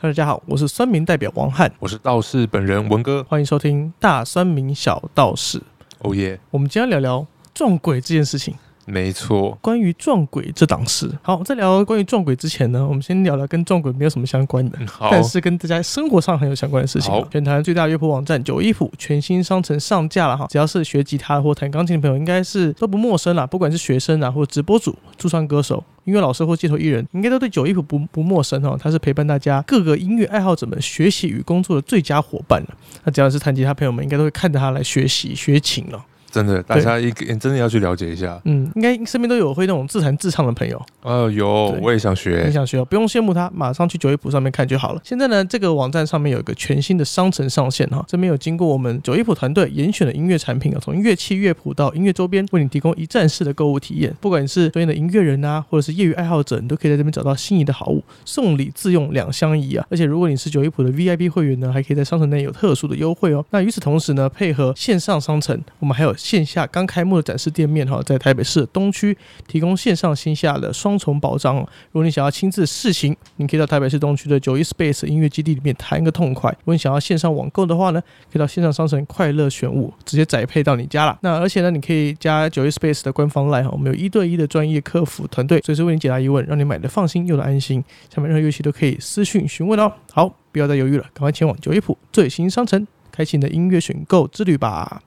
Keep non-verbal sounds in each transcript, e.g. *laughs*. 大家好，我是酸民代表王翰，我是道士本人文哥，欢迎收听《大酸民小道士》。哦耶，我们今天聊聊撞鬼这件事情。没错，关于撞鬼这档事，好，在聊关于撞鬼之前呢，我们先聊聊跟撞鬼没有什么相关的，嗯好，但是跟大家生活上很有相关的事情啊好。全台湾最大的乐谱网站九一谱全新商城上架了哈，只要是学吉他或弹钢琴的朋友，应该是都不陌生啦。不管是学生啊，或直播主、驻唱歌手、音乐老师或街头艺人，应该都对九一谱不不陌生哦。它是陪伴大家各个音乐爱好者们学习与工作的最佳伙伴了。啊那只要是弹吉他朋友们，应该都会看着它来学习学琴了。真的，大家一个真的要去了解一下。嗯，应该身边都有会那种自弹自唱的朋友。哦，有，对我也想学你，想学哦，不用羡慕他，马上去九一谱上面看就好了。现在呢，这个网站上面有一个全新的商城上线哈，这边有经过我们九一谱团队严选的音乐产品啊，从乐器、乐谱到音乐周边，为你提供一站式的购物体验。不管你是专业的音乐人啊，或者是业余爱好者，你都可以在这边找到心仪的好物，送礼自用两相宜啊。而且如果你是九一谱的 VIP 会员呢，还可以在商城内有特殊的优惠哦。那与此同时呢，配合线上商城，我们还有线下刚开幕的展示店面哈，在台北市东区提供线上线下的双重保障哦。如果你想要亲自试琴，你可以到台北市东区的九一 Space 音乐基地里面弹个痛快。如果你想要线上网购的话呢，可以到线上商城快乐选物直接宅配到你家啦。那而且呢，你可以加九一 Space 的官方 line 哈，我们有一对一的专业客服团队，随时为你解答疑问，让你买的放心又的安心。下面任何乐器都可以私讯询问哦。好，不要再犹豫了，赶快前往九一谱最新商城，开启你的音乐选购之旅吧。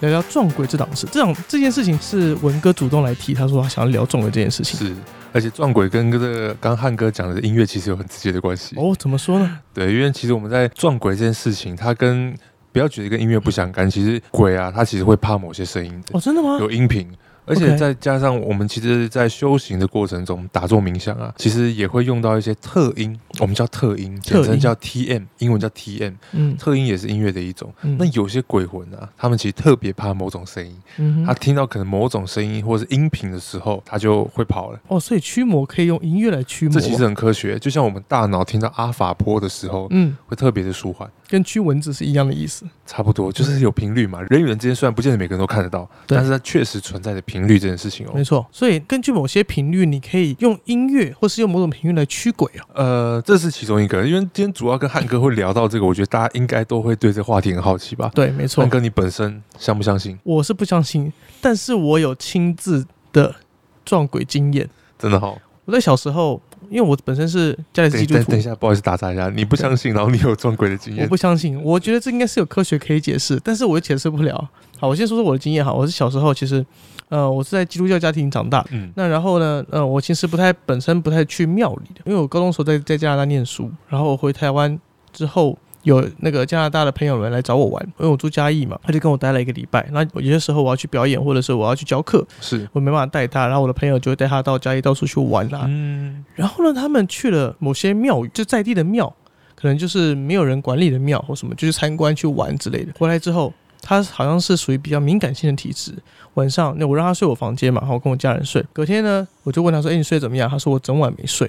聊聊撞鬼这档事，这档这件事情是文哥主动来提，他说他想要聊撞鬼这件事情。是，而且撞鬼跟这个刚汉哥讲的音乐其实有很直接的关系。哦，怎么说呢？对，因为其实我们在撞鬼这件事情，它跟不要觉得跟音乐不相干，其实鬼啊，它其实会怕某些声音的哦，真的吗？有音频。而 OK 且再加上我们其实，在修行的过程中，打坐冥想啊，其实也会用到一些特音，我们叫特音，特音简称叫 TM，英文叫 TM。嗯，特音也是音乐的一种。嗯那有些鬼魂啊，他们其实特别怕某种声音，嗯他哼，听到可能某种声音或是音频的时候，他就会跑了。哦，所以驱魔可以用音乐来驱魔，啊这其实很科学，就像我们大脑听到阿法波的时候，嗯，会特别的舒缓，跟驱蚊子是一样的意思。差不多就是有频率嘛。人与人之间虽然不见得每个人都看得到，对但是它确实存在的频率这件事情没哦。错，所以根据某些频率，你可以用音乐或是用某种频率来驱鬼啊。呃，这是其中一个，因为今天主要跟汉哥会聊到这个，我觉得大家应该都会对这话题很好奇吧。对，没错汉，哥，你本身相不相信？我是不相信，但是我有亲自的撞鬼经验。真的好，我在小时候，因为我本身是家里是等基督等徒等一，下，不好意思打岔一下，你不相信，然后你有撞鬼的经我验不，相信，我觉得这应该是有科学可以解释，但是我又解释不了。好，我先说说我的经验哈。我是小时候，其实，呃，我是在基督教家庭长大的，嗯，那然后呢，呃，我其实不太本身不太去庙里的，因为我高中时候在在加拿大念书，然后我回台湾之后。有那个加拿大的朋友们来找我玩，因为我住嘉义嘛，他就跟我待了一个礼拜。那有些时候我要去表演，或者是我要去教课，是，我没办法带他，然后我的朋友就会带他到嘉义到处去玩啊啦、嗯，然后呢，他们去了某些庙宇，就在地的庙，可能就是没有人管理的庙或什么，就去参观去玩之类的。回来之后，他好像是属于比较敏感性的体质。晚上，那我让他睡我房间嘛，然后我跟我家人睡。隔天呢，我就问他说：“哎、你睡得怎么样？”他说：“我整晚没睡。”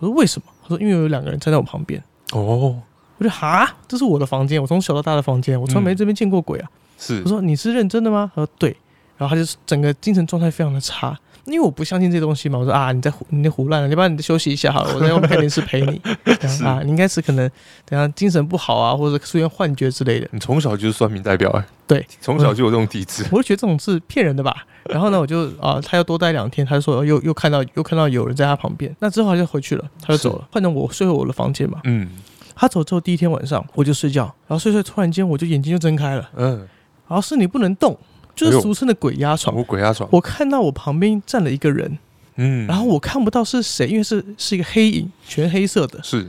我说：“为什么？”他说：“因为有两个人站在我旁边。哦，”我就哈，这是我的房间，我从小到大的房间，我从来没这边见过鬼啊！是我，说你是认真的吗？他说对，然后他就整个精神状态非常的差，因为我不相信这些东西嘛。我说啊，你在胡你在胡乱了，你不然你休息一下好了，我在外面看电视陪 *laughs* 你。这样啊，你应该是可能等下精神不好啊，或者出现幻觉之类的。你从小就是算命代表哎、对，从小就有这种体质，我就觉得这种是骗人的吧。然后呢，我就啊，他要多待两天，他就说又又看到又看到有人在他旁边，那之后他就回去了，他就走了，换成我睡回我的房间嘛。嗯他走之后第一天晚上我就睡觉，然后睡睡突然间我就眼睛就睁开了，嗯，然后是你不能动，就哎是呦俗称的鬼压床。我鬼压床，我看到我旁边站了一个人，嗯，然后我看不到是谁，因为是是一个黑影，全黑色的，是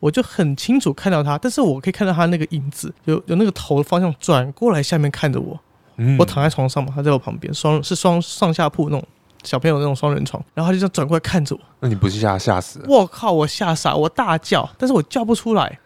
我就很清楚看到他，但是我可以看到他那个影子，有有那个头的方向转过来，下面看着我，嗯我躺在床上嘛，他在我旁边，双是双上下铺那种。小朋友那种双人床，然后他就这样转过来看着我，那你不是吓吓死了，我靠！我吓傻，我大叫，但是我叫不出来。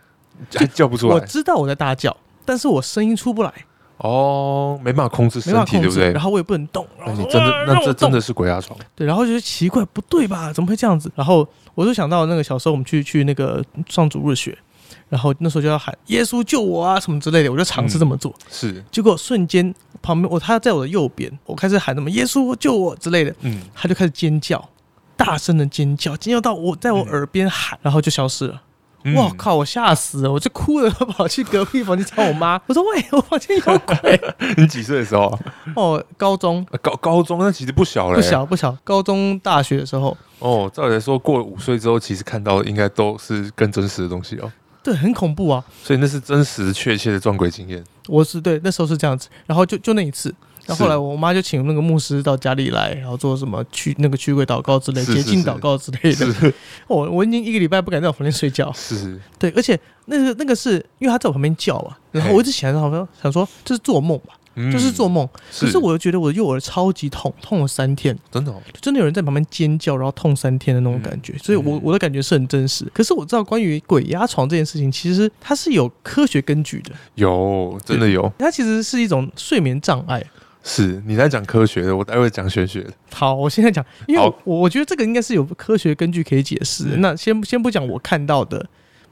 还叫不出我来，知道我在大叫，但是我声音出不来，哦，没办法控制没身办法体，控对制。不对然？后我也不能动。然那后你说真的哇，让那我这动真的是鬼压啊床，对，然后就是奇怪，不对吧？怎么会这样子？然后我就想到那个小时候我们去去那个上主日学，嗯然后那时候就要喊耶稣救我啊什么之类的，我就尝试这么做，是结果瞬间旁边我他在我的右边，我开始喊什么耶稣救我之类的，嗯，他就开始尖叫，大声的尖叫，尖叫到我在我耳边喊，然后就消失了。嗯我！靠！我吓死了，我就哭了， *laughs* 跑去隔壁房间找我妈。我说：“喂，我房间有鬼 *laughs* *laughs* 你几岁的时候啊？！”哦，高中呃高高中那其实不小了、不小不小，高中大学的时候，哦。照理来说，过了五岁之后，其实看到的应该都是更真实的东西哦。对，很恐怖啊。所以那是真实确切的撞鬼经验。我是对那时候是这样子，然后就就那一次。然后后来是我妈就请那个牧师到家里来，然后做什么驱那个驱鬼祷告之类、是洁是净是祷告之类的。是 *laughs* 我、我已经一个礼拜不敢在我房间睡觉。是，对，而且那个那个是因为他在我旁边叫啊，然后我一直想在旁边想说这是做梦吧，嗯这是做梦。可是是我又觉得我的右耳超级痛，痛了三天，真的、哦，就真的有人在旁边尖叫，然后痛三天的那种感觉。所以我嗯我的感觉是很真实。可是我知道关于鬼压床这件事情，其实它是有科学根据的，有真的有。它其实是一种睡眠障碍。是你在讲科学的，我待会讲玄学的。好，我现在讲，因为我好我我觉得这个应该是有科学根据可以解释的。嗯那先先不讲我看到的，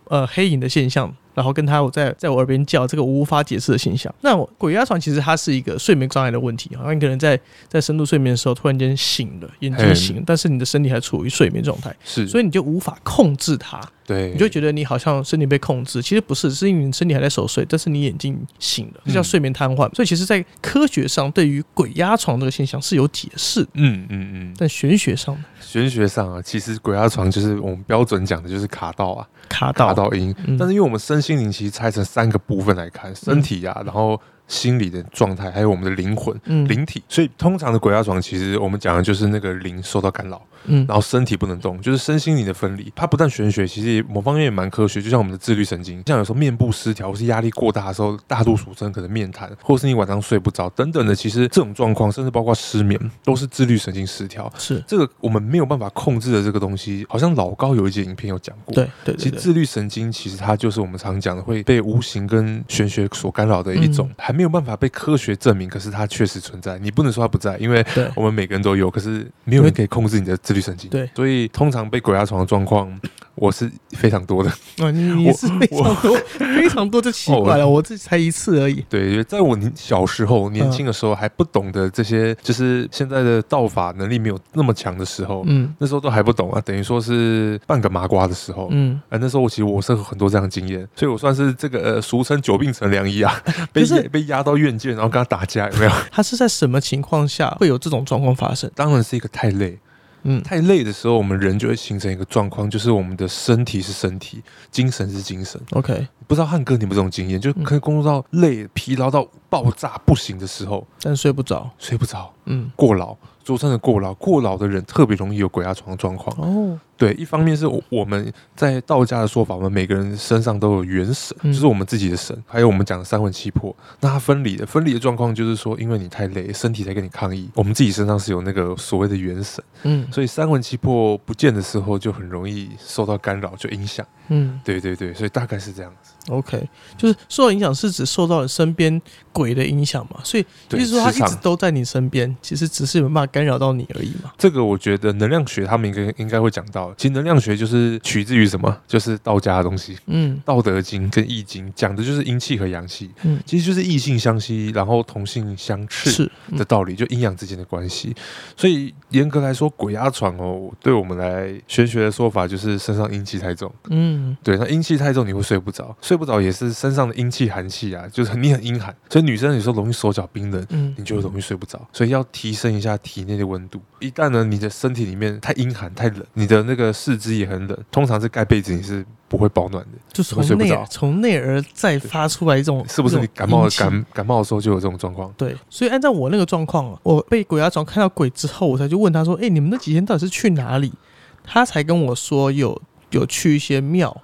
呃，黑影的现象，然后跟他我在在我耳边叫这个我无法解释的现象。那我鬼压床其实它是一个睡眠障碍的问题，好像你可能在在深度睡眠的时候突然间醒了，眼睛嗯醒了，但是你的身体还处于睡眠状态，是，所以以你就无法控制它，对，你就会觉得你好像身体被控制，其实不是，是因为你身体还在熟睡，但是你眼睛醒了，这叫嗯睡眠瘫痪。所以其实，在科学上对于鬼压床这个现象是有解释的。嗯嗯嗯，但玄学上呢玄学上啊，其实鬼压床就是我们标准讲的就是卡到啊，卡到，卡到音。嗯但是因为我们身心灵其实拆成三个部分来看，身体啊，然后心理的状态，还有我们的灵魂。嗯灵体，所以通常的鬼压床，其实我们讲的就是那个灵受到干扰，嗯然后身体不能动，就是身心灵的分离。它不但玄学，其实也某方面也蛮科学。就像我们的自律神经，像有时候面部失调或是压力过大的时候，大度俗称可能面瘫，或是你晚上睡不着等等的，其实这种状况，甚至包括失眠，都是自律神经失调。是这个我们没有办法控制的这个东西，好像老高有一节影片有讲过。对对其实对对，自律神经其实它就是我们常讲的会被无形跟玄学所干扰的一种，嗯还没有办法被科学证明，可是它确实存在。你不能说它不在，因为对 *laughs* 我们每个人都有，可是没有人可以控制你的自律神经。对所以通常被鬼压床的状况，我是非常多的。 *laughs* 哦，你你我哦是非常 *laughs* 多非常多，就奇怪了，我这才一次而已。对，因为在我年小时候、年轻的时候还不懂得这些，就是现在的道法能力没有那么强的时候，嗯那时候都还不懂啊，等于说是半个麻瓜的时候。嗯，啊，那时候我其实我是有很多这样的经验，所以我算是这个、呃、俗称久病成良医啊， *laughs* 被是压被压到院界，然后跟他打架有没有？ *laughs* 他是在什么情况下会有这种状况发生？当然是一个太累，嗯太累的时候，我们人就会形成一个状况，就是我们的身体是身体，精神是精神。 ，OK，不知道汉哥你们这种经验，就可以工作到累、疲劳到爆炸不行的时候，但睡不着。睡不着，嗯，过劳，俗称的过劳，过劳的人特别容易有鬼压床的状况。哦，对，一方面是我我们在道家的说法，我们每个人身上都有元神，嗯就是我们自己的神，还有我们讲的三魂七魄。那它分离的分离的状况就是说，因为你太累，身体在跟你抗议。我们自己身上是有那个所谓的元神，嗯所以三魂七魄不见的时候，就很容易受到干扰，就影响。嗯对对对，所以大概是这样子。 ，OK，就是受到影响是指受到你身边鬼的影响嘛？所以对，意思说他磁一场直都在你身边，其实只是没办法干扰到你而已嘛。这个我觉得能量学他们应该应该会讲到，其实能量学就是取自于什么，就是道家的东西，《嗯道德经》跟《易经》讲的就是阴气和阳气，嗯，其实就是异性相吸，然后同性相斥是，嗯的道理，就阴阳之间的关系。所以严格来说，鬼压床哦，对我们来玄学的说法就是身上阴气太重。嗯对，那阴气太重你会睡不着，睡不着也是身上的阴气寒气啊，就是你很阴寒，所以女生有时候容易手脚冰冷。嗯你就容易睡不着，所以要提升一下体内的温度。一旦呢，你的身体里面太阴寒、太冷，你的那个四肢也很冷，通常是盖被子你是不会保暖的。就从会睡不内着从内而再发出来一种，是不哦是一种你感冒阴气感感冒的时候就有这种状况？对，所以按照我那个状况啊，我被鬼压床看到鬼之后，我才去问他说：“哎、你们那几天到底是去哪里？”他才跟我说有有去一些庙，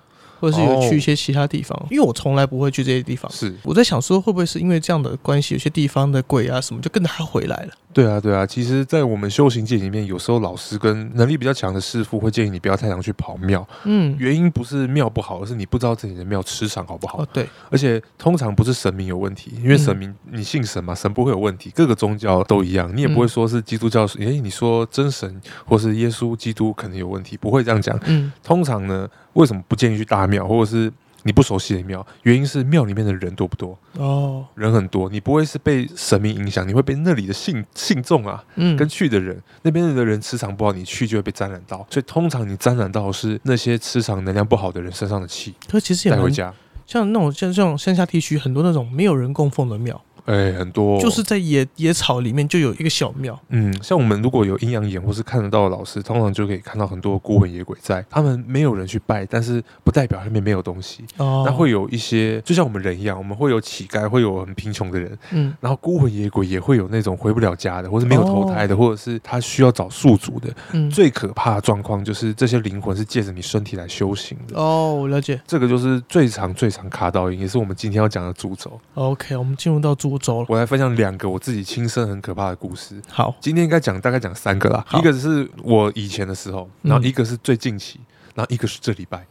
或者是有哦去一些其他地方，因为我从来不会去这些地方。是，我在想说，会不会是因为这样的关系，有些地方的鬼啊什么就跟着他回来了？对啊，对啊。其实，在我们修行界里面，有时候老师跟能力比较强的师傅会建议你不要太常去跑庙，嗯，原因不是庙不好，而是你不知道自己的庙磁场好不好哦。对，而且通常不是神明有问题，因为神明、嗯你信神嘛，神不会有问题，各个宗教都一样，你也不会说是基督教，诶、你说真神或是耶稣基督可能有问题，不会这样讲。嗯通常呢，为什么不建议去大庙，或者是？你不熟悉的庙，原因是庙里面的人多不多，哦，人很多，你不会是被神明影响，你会被那里的信信众啊，嗯，跟去的人，那边的人磁场不好，你去就会被沾染到，所以通常你沾染到的是那些磁场能量不好的人身上的气可其实也带回蛮家。像那种像这种乡下地区，很多那种没有人供奉的庙，哎、很多哦就是在野野草里面就有一个小庙，嗯，像我们如果有阴阳眼或是看得到的老师，通常就可以看到很多孤魂野鬼在，他们没有人去拜，但是不代表他们没有东西。哦，那会有一些，就像我们人一样，我们会有乞丐，会有很贫穷的人，嗯然后孤魂野鬼也会有那种回不了家的，或是没有投胎的，哦或者是他需要找宿主的。嗯，最可怕的状况就是这些灵魂是借着你身体来修行的。哦，我了解。这个就是最常最常卡到音，也是我们今天要讲的主轴。 OK，我们进入到株洲了。我来分享两个我自己亲身很可怕的故事。好，今天应该讲大概讲三个啦，好一个是我以前的时候，嗯然后一个是最近期，然后一个是这礼拜，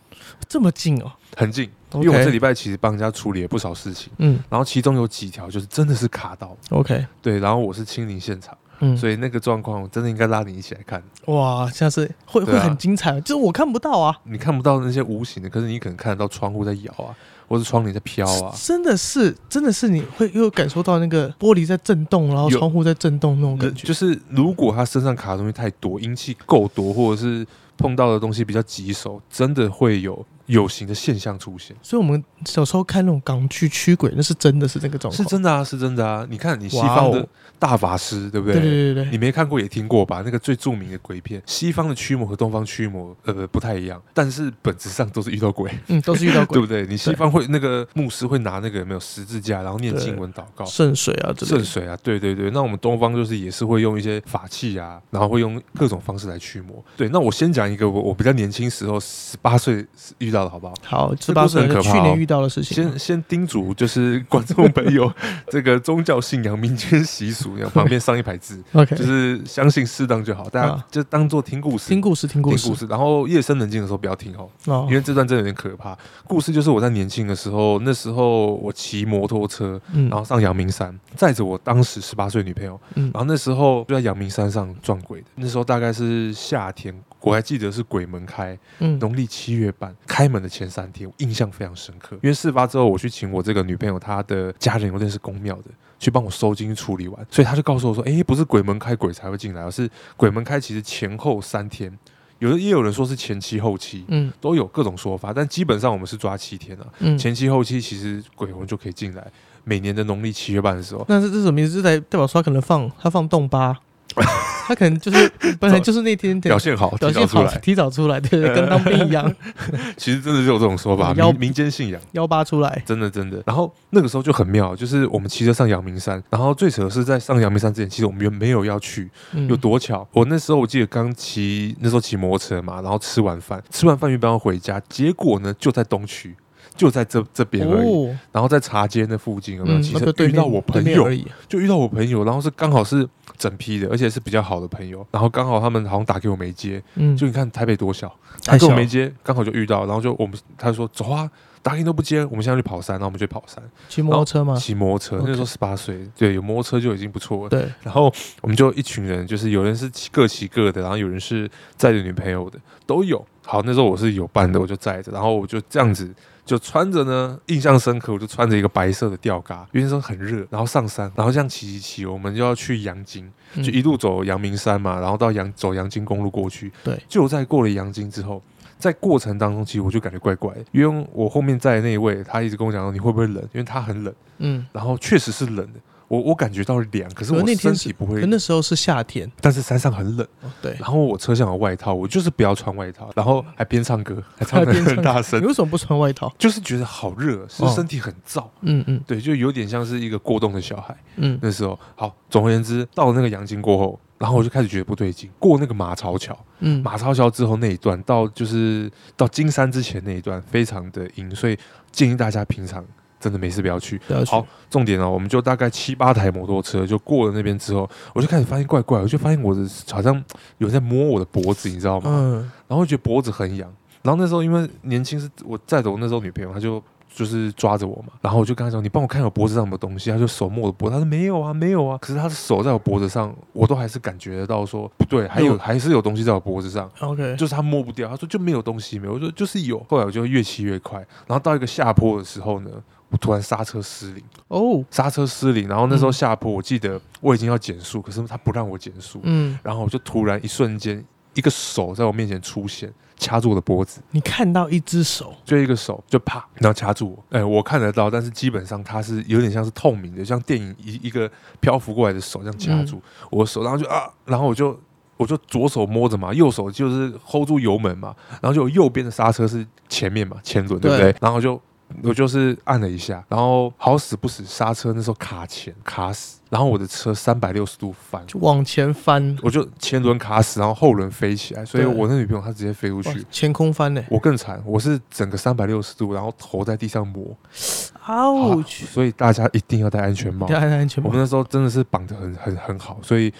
这么近哦。很近。因 OK，为我这礼拜其实帮人家处理了不少事情，嗯然后其中有几条就是真的是卡到， ，OK，对，然后我是亲临现场，嗯，所以那个状况真的应该拉你一起来看。哇，下次会、对会啊很精彩，就是我看不到啊，你看不到那些无形的，可是你可能看得到窗户在摇啊，或是窗帘在飘啊，真的是真的是你会又感受到那个玻璃在震动，然后有窗户在震动那种人感觉，就是如果他身上卡的东西太多，阴气够多，或者是碰到的东西比较棘手，真的会有有形的现象出现。所以我们小时候看那种港剧驱鬼，那是真的是那个状是况，真的啊，是真的啊！你看，你西方哇的哦大法师，对不对？对对对对你对，没看过也听过吧？那个最著名的鬼片，西方的驱魔和东方驱魔，呃，不太一样，但是本质上都是遇到鬼，嗯，都是遇到 *laughs* 对鬼不对？你西方会那个牧师会拿那个有没有十字架，然后念对经文祷告，圣水啊之类圣的，水啊，对对对，那我们东方就是也是会用一些法器啊，然后会用各种方式来驱魔。对，那我先讲一个我我比较年轻时候十八岁遇到的好不好？好，十这八故事岁很可怕哦去年遇到的事情，先先叮嘱就是观众朋友， *laughs* 这个宗教信仰、民间习俗， *laughs* 然后旁边上一排字， OK，就是相信适当就好，大家啊就当做听故事。听故事听听故故事事，然后夜深人静的时候不要听哦，哦因，为这段真的有点可怕。故事就是我在年轻的时候，那时候我骑摩托车，嗯然后上阳明山，载着我当时十八岁女朋友，嗯然后那时候就在阳明山上撞鬼的，那时候大概是夏天，我还记得是鬼门开，嗯农历七月半开门的前三天，我印象非常深刻。因为事发之后，我去请我这个女朋友她的家人，有认识公庙的，去帮我收金处理完，所以她就告诉我说：“诶，不是鬼门开鬼才会进来，而是鬼门开其实前后三天，有的也有人说是前七后七，嗯都有各种说法，但基本上我们是抓七天啊，嗯，前七后七其实鬼魂就可以进来。”每年的农历七月半的时候，那这这什么意思？这代代表说他可能放他放洞 *laughs* 八，他可能就是本来就是那天表现好，表提早现出好来，提早出来，对对， *laughs* 跟当兵一样其实真的是有这种说法，妖民民间信仰，幺八出来，真的真的。然后那个时候就很妙，就是我们骑车上阳明山，然后最扯的是在上阳明山之前，其实我们原没有要去，嗯有多巧？我那时候我记得刚骑，那时候骑摩托车嘛，然后吃完饭，吃完饭原本要回家，结果呢就在东区。就在这这边而已，哦，然后在茶街那附近有没有？嗯，其啊实不对遇到面我朋对面友而，已，就遇到我朋友，然后是刚好是整批的，而且是比较好的朋友，然后刚好他们好像打给我没接，嗯，就你看台北多小，太他跟我小没了接，刚好就遇到，然后就我们他就说走啊，打给你都不接，我们现在去跑山，然后我们去跑山，骑摩托车嘛，骑摩托车， OK 那时候十八岁，对，有摩托车就已经不错了。对，然后我们就一群人，就是有人是骑各骑各的，然后有人是载着女朋友的，都有。好，那时候我是有伴的，我就载着，然后我就这样子，就穿着呢，印象深刻，我就穿着一个白色的吊嘎，因为那时候很热，然后上山，然后这样骑骑骑，我们就要去阳金，嗯就一路走阳明山嘛，然后到阳走阳金公路过去。对，就在过了阳金之后，在过程当中，其实我就感觉怪怪的，因为我后面载的那一位，他一直跟我讲说你会不会冷，因为他很冷，嗯，然后确实是冷的。我我感觉到凉，可是我可那天身是体不会可，那时候是夏天，但是山上很冷。哦对，然后我车上有外套，我就是不要穿外套，然后还边唱 *laughs* 歌，还唱得还边唱很歌大你声，为什么不穿外套？就是觉得好热，是哦身体很燥，嗯嗯对，就有点像是一个过动的小孩。嗯，那时候，好，总而言之，到了那个阳金过后，然后我就开始觉得不对劲。过那个马槽桥，嗯，马槽桥之后那一段，到就是到金山之前那一段，非常的阴，所以建议大家平常真的没事不要去。不要去好，重点哦，我们就大概七八台摩托车就过了那边之后，我就开始发现怪怪，我就发现我的好像有人在摸我的脖子，你知道吗？嗯然后觉得脖子很痒。然后那时候因为年轻是我载着我那时候女朋友，她就就是抓着我嘛，然后我就跟他讲，你帮我看我脖子上有没有东西，他就手摸我的脖子，他说没有啊，没有啊，可是他的手在我脖子上，我都还是感觉得到说不对，还有嗯还是有东西在我脖子上。 OK，就是他摸不掉，他说就没有东西没有，我说就是有。后来我就越骑越快，然后到一个下坡的时候呢，我突然刹车失灵，哦，刹车失灵，然后那时候嗯下坡，我记得我已经要减速，可是他不让我减速，嗯，然后我就突然一瞬间，一个手在我面前出现，掐住我的脖子，你看到一只手，就一个手就啪，然后掐住我。哎、我看得到，但是基本上它是有点像是透明的，像电影一一个漂浮过来的手这样掐住我的手，然后就啊，然后我就。我就左手摸着嘛，右手就是 hold 住油门嘛，然后就右边的刹车是前面嘛，前轮对不对？然后就我就是按了一下，然后好死不死刹车那时候卡钳卡死，然后我的车三百六十度翻，就往前翻，我就前轮卡死，然后后轮飞起来，所以对我那女朋友她直接飞出哇去。前空翻呢、我更惨，我是整个三百六十度，然后头在地上磨，欸，去，啊所以大家一定要戴安全帽你。安安全我帽们，那时候真的是绑得很很很好，所以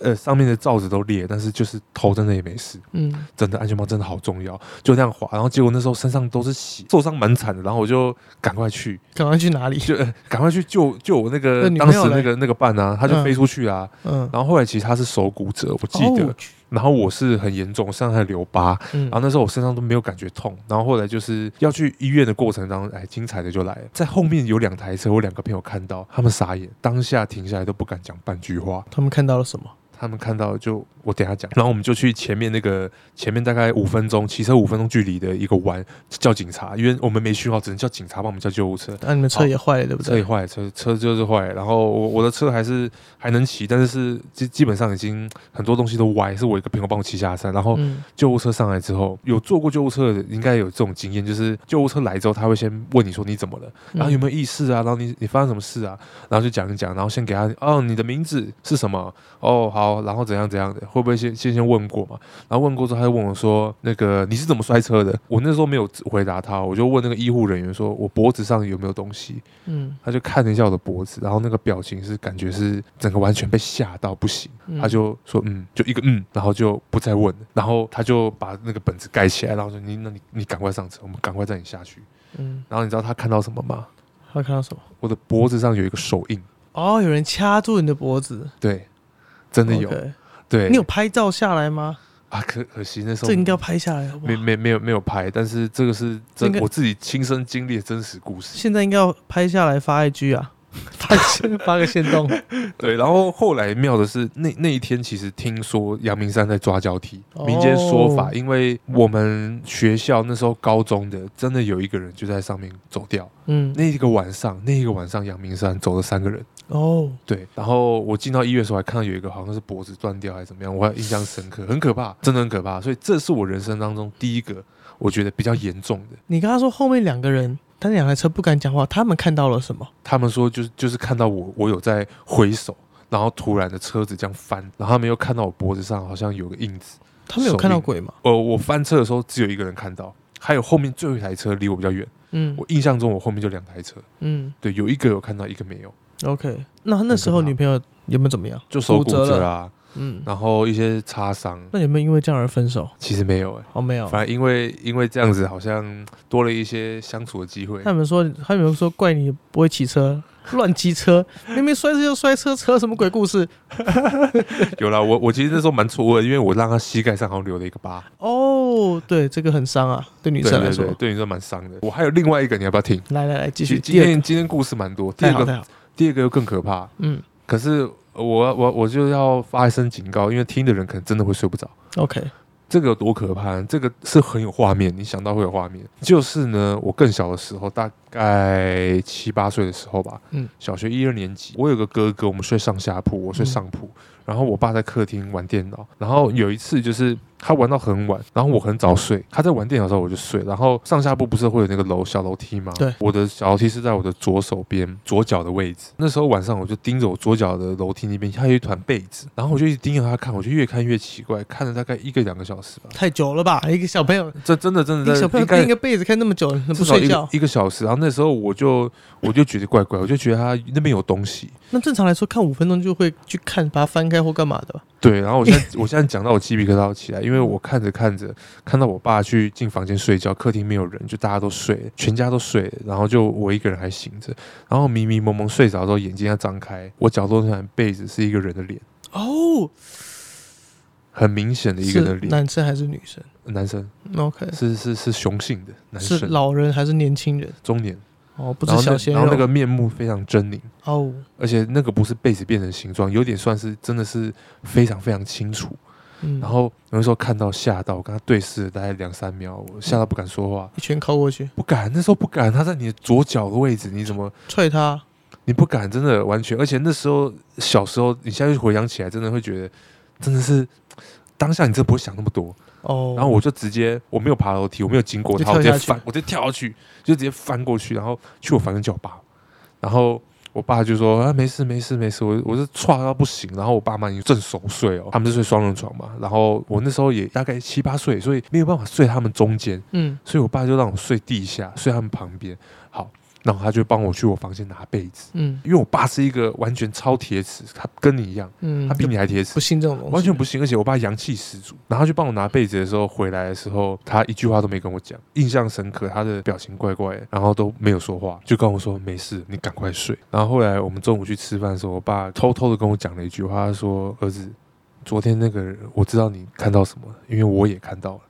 呃上面的罩子都裂，但是就是头真的也没事，嗯，真的安全帽真的好重要，就这样滑，然后结果那时候身上都是血，受伤蛮惨的，然后我就赶 *laughs* 快去，赶快去哪里？就、呃赶快去救救我那个那女当朋友时那嘞个那个伴啊，他就嗯飞出去啊，嗯，然后后来其实他是手骨折，我记得，哦去然后我是很严重，身上还留疤，嗯然后那时候我身上都没有感觉痛，然后后来就是要去医院的过程当中，哎，精彩的就来了，在后面有两台车，我两个朋友看到，他们傻眼，当下停下来都不敢讲半句话，他们看到了什么？他们看到就我等一下讲，然后我们就去前面那个前面大概五分钟骑车五分钟距离的一个弯叫警察，因为我们没讯号，只能叫警察帮我们叫救护车。啊那、你们车也坏了，对不车也对？坏了，车车就是坏了，然后我我的车还是还能骑，但是是基基本上已经很多东西都歪，是我一个朋友帮我骑下山，然后嗯，救护车上来之后，有坐过救护车的应该有这种经验，就是救护车来之后，他会先问你说你怎么了，然后有没有意识啊，然后你你发生什么事啊，然后就讲一讲，然后先给他哦你的名字是什么哦好，然后怎样怎样的，会不会先先先问过嘛？然后问过之后，他就问我说那个你是怎么摔车的？我那时候没有回答他，我就问那个医护人员说我脖子上有没有东西，嗯，他就看了一下我的脖子，然后那个表情是感觉是整个完全被吓到不行。嗯他就说嗯，就一个嗯，然后就不再问了，然后他就把那个本子盖起来，然后说你那你你赶快上车，我们赶快载你下去。嗯，然后你知道他看到什么吗？他看到什么？我的脖子上有一个手印，哦，有人掐住你的脖子，对，真的有 OK 对，你有拍照下来吗？啊？可可惜那时候这应该要拍下来，好不好没？没没有没有拍，但是这个是这应真该我自己亲身经历的真实故事。现在应该要拍下来发 IG *laughs* 啊，发个发个线动。对，然后后来妙的是，那那一天其实听说阳明山在抓交替，哦民间说法，因为我们学校那时候高中的真的有一个人就在上面走掉。 *laughs* 嗯，那一个晚上，那一个晚上，阳明山走了三个人。哦，对，然后我进到医院的时候，还看到有一个好像是脖子断掉还是怎么样，我还印象深刻，很可怕，真的很可怕。所以这是我人生当中第一个我觉得比较严重的。你刚刚说后面两个人，但是两台车不敢讲话，他们看到了什么？他们说就是就是看到我，我有在挥手，然后突然的车子这样翻，然后他们又看到我脖子上好像有个印子。他们有手看到印鬼吗？呃，我翻车的时候只有一个人看到，还有后面最后一台车离我比较远。嗯我印象中我后面就两台车，嗯对，有一个有看到，一个没有， ，OK。那那时候很可怕女朋友有没有怎么样？就手骨骨折折了啊，嗯，然后一些擦伤，那有没有因为这样而分手？其实没有哎、哦，没有。反而因为因为这样子，好像多了一些相处的机会他。们说，他们说怪你不会骑车，乱骑车，明明摔车就摔车，扯什么鬼故事？有啦，我我其实那时候蛮错愕的，因为我让他膝盖上好像留了一个疤，哦，对，这个很伤啊，对女对生来对说。对，对你说蛮伤的。我还有另外一个，你要不要听？来来来，继续。第其实今二个天今天故事蛮多，第太二好个太好，第二个又更可怕。嗯可是我我我就要发一声警告，因为听的人可能真的会睡不着。 ，OK，这个有多可怕呢？这个是很有画面，你想到会有画面。就是呢，我更小的时候，大概七八岁的时候吧，嗯小学一二年级，我有个哥哥，我们睡上下铺，我睡上铺，嗯然后我爸在客厅玩电脑。然后有一次就是他玩到很晚，然后我很早睡，他在玩电脑的时候我就睡。然后上下铺不是会有那个楼小楼梯吗？对我的小楼梯是在我的左手边左脚的位置。那时候晚上我就盯着我左脚的楼梯那边，它有一团被子，然后我就一直盯着它看，我就越看越奇怪，看了大概一个两个小时吧。太久了吧？一个小朋友，这真的真一的个在小朋友应该跟一个被子看那么久，至不少睡一个觉？一个小时，然后那时候我就我就觉得怪怪，我就觉得他那边有东西，那正常来说，看五分钟就会去看，把它翻开或干嘛的吧。对，然后我现在我现在讲到我鸡皮疙瘩起来，因为我看着看着看到我爸去进房间睡觉，客厅没有人，就大家都睡了，全家都睡了，然后就我一个人还醒着，然后迷迷蒙蒙睡着之后，眼睛要张开，我角落那张被子是一个人的脸，哦，很明显的一个是人的脸，男生还是女生男生？OK，是是是雄性的男是生，老人还是年轻人？中年，哦，不然是后小那鲜然后那肉个面目非常狰狞。哦，而且那个不是被子变成形状，有点算是真的是非常非常清楚。嗯，然后有的时候看到吓到，我跟他对视了大概两三秒，我吓到不敢说话，一拳敲过去，不敢，那时候不敢。他在你的左脚的位置，你怎么踹他，你不敢？真的完全，而且那时候小时候，你现在回想起来，真的会觉得真的是当下你真的不会想那么多。哦，然后我就直接我没有爬楼梯，我没有经过他，就我跳直下接去翻，我直接跳下去，就直接翻过去，然后去我房间叫我爸，然后我爸就说啊没事没事没事，我我是踹到不行，然后我爸妈已经正熟睡哦，他们是睡双人床嘛，然后我那时候也大概七八岁，所以没有办法睡他们中间，嗯，所以我爸就让我睡地下，睡他们旁边，好，然后他就帮我去我房间拿被子，嗯因为我爸是一个完全超铁齿，他跟你一样，嗯，他比就你还铁齿不。信这种东西，完全不信，而且我爸阳气十足，然后他去帮我拿被子的时候，回来的时候他一句话都没跟我讲，印象深刻，他的表情怪怪的，然后都没有说话，就跟我说没事，你赶快睡。然后后来我们中午去吃饭的时候，我爸偷偷的跟我讲了一句话，他说：“儿子，昨天那个人我知道你看到什么，因为我也看到了。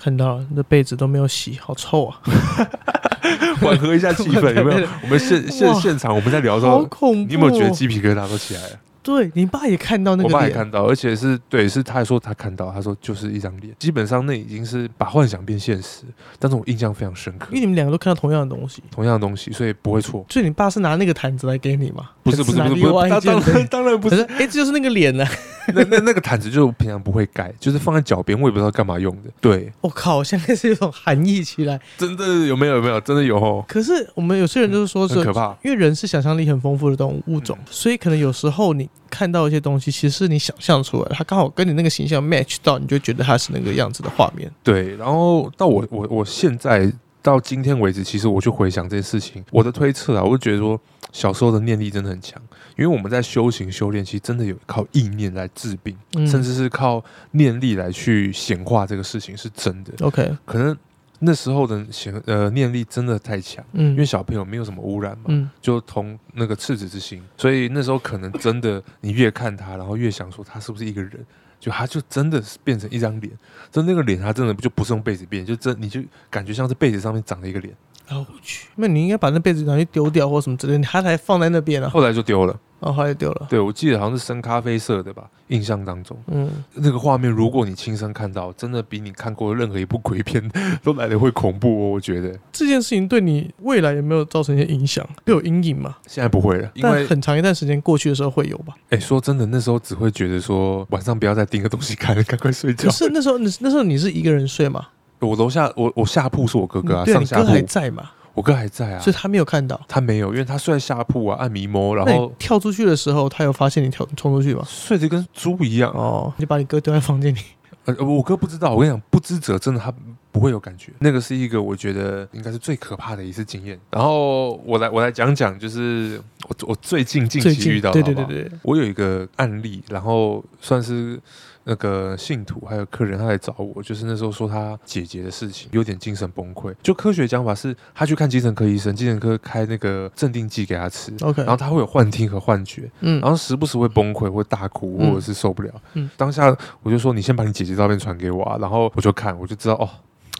看到了，那被子都没有洗，好臭啊，” *laughs* 缓和一下气氛，有 *laughs* 没有？我们现现哇现场我们在聊的时好候，恐怖哦！你有没有觉得鸡皮疙瘩都起来了？对你爸也看到那个我脸，爸也看到，而且是对，是他说他看到，他说就是一张脸，基本上那已经是把幻想变现实，但是我印象非常深刻因为，你们两个都看到同样的东西，同样的东西，所以不会错。所以你爸是拿那个毯子来给你嘛？不还是不是拿不是另不外是，一当件当然被当然不可是是，哎，这就是那个脸呢、那那那个毯子就是我平常不会盖，就是放在脚边，我也不知道干嘛用的。对， *laughs* 我、靠，现在是有一种含义起来。真的有没有有没有真的有哦，可是我们有些人就是说很是可，怕。嗯因为人是想象力很丰富的动物物种，所以可能有时候你看到一些东西，其实是你想象出来的，它刚好跟你那个形象 match 到，你就觉得它是那个样子的画面。对，然后到我我我现在到今天为止，其实我去回想这件事情，我的推测啊，我就觉得说小时候的念力真的很强，因为我们在修行修炼，其实真的有靠意念来治病，嗯甚至是靠念力来去显化这个事情是真的。 OK，可能那时候的显呃念力真的太强，嗯，因为小朋友没有什么污染嘛，嗯就同那个赤子之心，所以那时候可能真的你越看他，然后越想说他是不是一个人，就他就真的是变成一张脸，就那个脸他真的就不是用被子变，就真你就感觉像是被子上面长了一个脸，然后我去，那你应该把那被子拿去丢掉或什么之类的，它才放在那边啊，后来就丢了。然后后来丢了。对我记得好像是深咖啡色的吧，印象当中嗯，那个画面，如果你亲身看到，真的比你看过任何一部鬼片都来的会恐怖哦，我觉得这件事情对你未来有没有造成一些影响？会有阴影吗？现在不会嗯了，因但为很长一段时间过去的时候会有吧。哎、说真的，那时候只会觉得说晚上不要再盯个东西看， *laughs* 赶快睡觉可。是那时候，你那时候你是一个人睡嘛？我楼下我我下铺是我哥哥啊，对啊，上你下哥铺还在嘛？我哥还在啊所，以他没有看到。他没有，因为他睡在下铺啊，按迷蒙，然那你后跳出去的时候，他有发现你跳冲出去吗？睡得跟猪一样。啊哦，你就把你哥丢在房间里。呃，我哥不知道，我跟你讲，不知者真的他不会有感觉。那个是一个我觉得应该是最可怕的一次经验。然后我来我来讲讲，就是我我最近近最期近，遇到的对好对不对好对，对我有一个案例，然后算是那个信徒还有客人他来找我，就是那时候说他姐姐的事情，有点精神崩溃。就科学讲法是，他去看精神科医生，精神科开那个镇定剂给他吃。 OK，然后他会有幻听和幻觉，嗯然后时不时会崩溃，会大哭，嗯或者是受不了。嗯当下我就说：“你先把你姐姐照片传给我啊。”然后我就看，我就知道哦，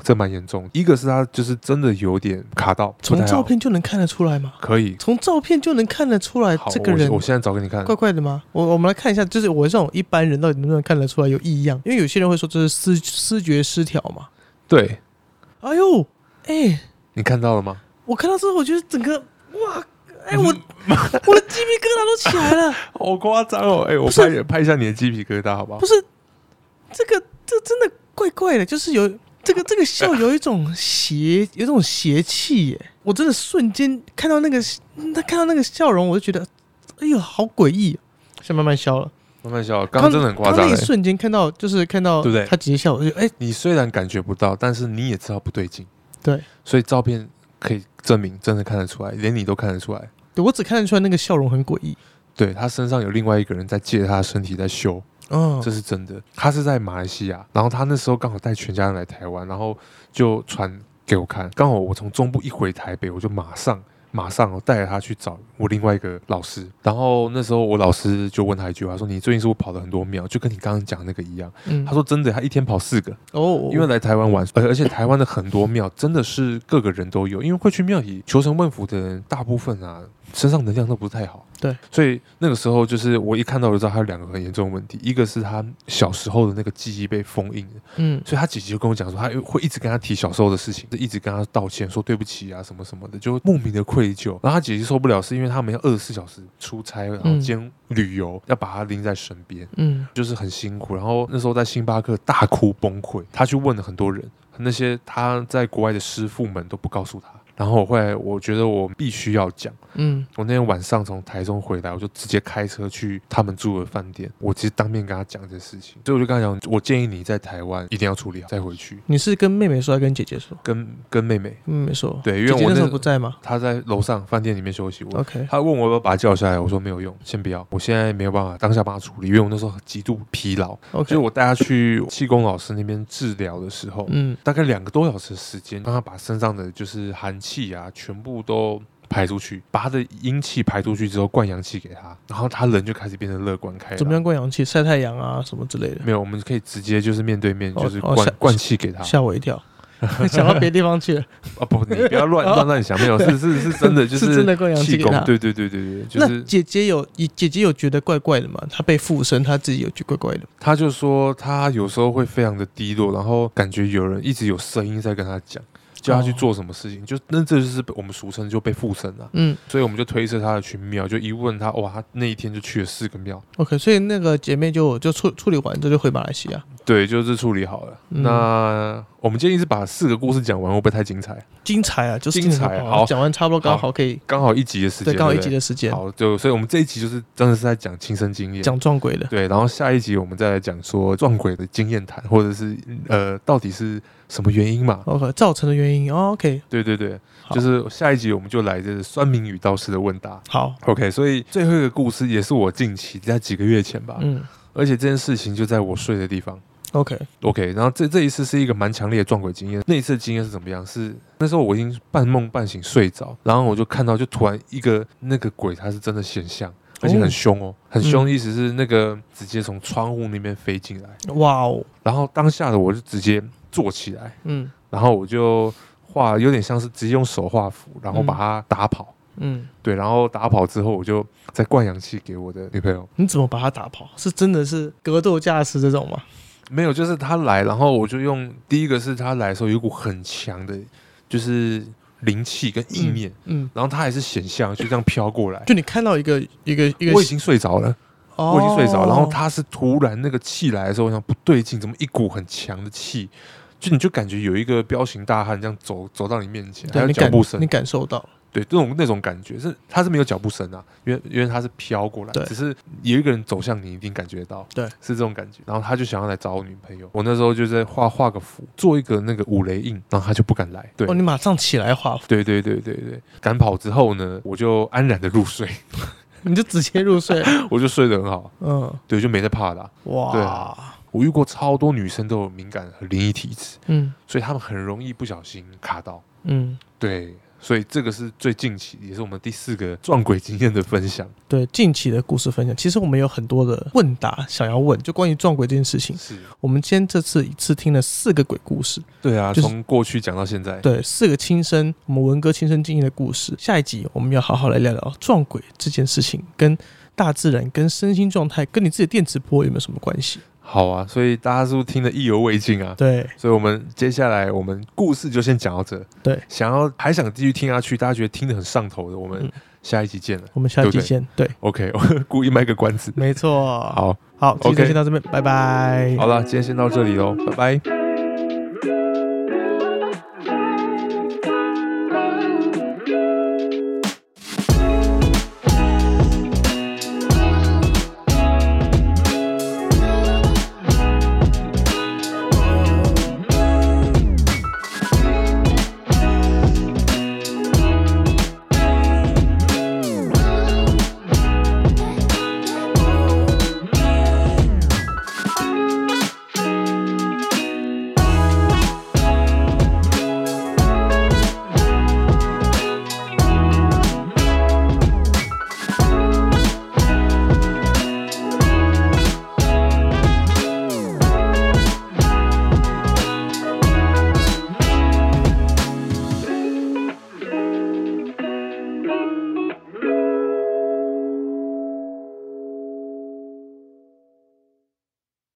这蛮严重。一个是他就是真的有点卡到，不从太好照片就能看得出来嘛？可以。从照片就能看得出来好，这个我人我现在找给你看。怪怪的吗？我我们来看一下，就是我这种一般人到底能不能看得出来有异样？因为有些人会说这是思思觉失调嘛。对哎呦，哎、你看到了吗？我看到之后，我觉得整个哇，哎、 *laughs* 我我的鸡皮疙瘩都起来了。嗯好夸张哦！哎、我不是拍拍一下你的鸡皮疙瘩，好不好不？是，这个这真的怪怪的，就是有这个这个笑有一种邪，有一种邪气耶。我真的瞬间看到那个他看到那个笑容，我就觉得，哎呦，好诡异。先慢慢笑了，慢慢笑，哦刚刚真的很夸张、那一哎瞬间看到，就是看到，对不对他直接笑，我就哎、你虽然感觉不到，但是你也知道不对劲，对，所以照片可以证明，真的看得出来，连你都看得出来。对我只看得出来那个笑容很诡异。对他身上有另外一个人在借他的身体在修，嗯这是真的。他是在马来西亚，然后他那时候刚好带全家人来台湾，然后就传给我看。刚好我从中部一回台北，我就马上马上哦带着他去找我另外一个老师。然后那时候我老师就问他一句话，说：“你最近是不是跑了很多庙？就跟你刚刚讲的那个一样。”嗯他说：“真的，他一天跑四个。”哦，因为来台湾玩，而而且台湾的很多庙真的是各个人都有，因为会去庙里求神问佛的人，大部分啊身上能量都不太好。对，所以那个时候就是我一看到就知道他有两个很严重的问题，一个是他小时候的那个记忆被封印了，嗯所以他姐姐就跟我讲说，他会一直跟他提小时候的事情，一直跟他道歉说对不起啊什么什么的，就莫名的愧疚。然后他姐姐受不了，是因为他们要二十四小时出差，然后兼旅游，要把他拎在身边。嗯就是很辛苦。然后那时候在星巴克大哭崩溃，他去问了很多人，那些他在国外的师傅们都不告诉他。然后我后来我觉得我必须要讲，嗯，我那天晚上从台中回来，我就直接开车去他们住的饭店，我直接当面跟他讲这件事情。所以我就跟他讲，我建议你在台湾一定要处理好啊再回去，你是跟妹妹说，还是跟姐姐说？跟跟妹妹，跟妹妹说，对因为姐姐我那时候那不在嘛。她在楼上饭店里面休息，我 OK，他问我要不要把他叫下来，我说没有用，先不要，我现在没有办法当下帮他处理，因为我那时候极度疲劳， OK，就是我带他去气功老师那边治疗的时候，嗯大概两个多小时的时间，让他把身上的就是寒气啊，全部都排出去，把他的阴气排出去之后，灌阳气给他，然后他人就开始变得乐观开朗。怎么样灌氧气、晒太阳啊什么之类的，没有，我啊们可以直接就是面对面，哦就是哦灌、下灌气给他。吓我一跳， *laughs* 想到别的地方去了。啊不，你不要乱乱乱想，没有，是是是真 *laughs* 的， *laughs* 就是哦真的灌阳气气给功他，对对对对对，就是那姐姐有，姐姐有觉得怪怪的吗？她被附身，她自己有觉得怪怪的吗。他就说他有时候会非常的低落，然后感觉有人一直有声音在跟他讲，叫他去哦做什么事情，就那这就是我们俗称就被附身了、嗯所以我们就推测他的去庙，就一问他，哇，他那一天就去了四个庙， ，OK，所以那个姐妹就就处处理完之后就回马来西亚。对，就是处理好了。嗯那我们建议是把四个故事讲完，会不会太精彩？精彩啊，就是精彩好讲完差不多刚好可以，刚好一集的时间，对，刚好一不集的时间好，就所以我们这一集就是真的是在讲亲身经验。讲撞鬼的。对，然后下一集我们再来讲说撞鬼的经验谈，或者是呃，到底是什么原因嘛？ OK，造成的原因、哦、OK，对对对，好就是下一集我们就来这个酸民与道士的问答。好， OK，所以最后一个故事也是我近期在几个月前吧，嗯而且这件事情就在我睡的地方。 ，OK， OK，然后这这一次是一个蛮强烈的撞鬼经验。那一次的经验是怎么样？是那时候我已经半梦半醒睡着，然后我就看到就突然一个那个鬼，它是真的显像，而且很凶哦，很凶，嗯意思是那个直接从窗户那边飞进来。哇哦，然后当下的我就直接坐起来，嗯然后我就画，有点像是直接用手画符，然后把它打跑。嗯，对，然后打跑之后，我就再灌氧气给我的女朋友。你怎么把她打跑？是真的是格斗驾驶这种吗？没有，就是她来，然后我就用第一个是她来的时候有一股很强的，就是灵气跟意念，嗯，然后她还是显像，就这样飘过来。就你看到一个一个一个，我已经睡着了，哦我已经睡着，然后她是突然那个气来的时候，我想不对劲，怎么一股很强的气，就你就感觉有一个彪形大汉这样走走到你面前，还对有你脚感步声你，感受到，对，这种那种感觉是它是没有脚步声啊，因为因为它是飘过来对，只是有一个人走向你，一定感觉到，对是这种感觉。然后他就想要来找我女朋友，我那时候就在画画个符，做一个那个五雷印，然后他就不敢来，对。哦，你马上起来画，对对对对对，赶跑之后呢，我就安然的入睡， *laughs* 你就直接入睡，我就睡得很好，嗯，对，就没在怕啦、哇，对啊我遇过超多女生都有敏感和灵异体质，嗯所以她们很容易不小心卡到。嗯，对，所以这个是最近期，也是我们第四个撞鬼经验的分享。对，近期的故事分享，其实我们有很多的问答想要问，就关于撞鬼这件事情，是，我们今天这次一次听了四个鬼故事，对啊，就是从过去讲到现在，对，四个亲身我们文哥亲身经历的故事。下一集我们要好好来聊聊撞鬼这件事情，跟大自然、跟身心状态、跟你自己的电磁波有没有什么关系？好啊，所以大家是不是听得意犹未尽啊？对，所以我们接下来我们故事就先讲到这。对，想要还想继续听下去，大家觉得听得很上头的，我们嗯下一集见了。我们下一集对不对见。对， OK，我 *laughs* 故意卖个关子。没错。，好，好，今天就 OK 先到这边，拜拜。好了，今天先到这里喽，拜拜。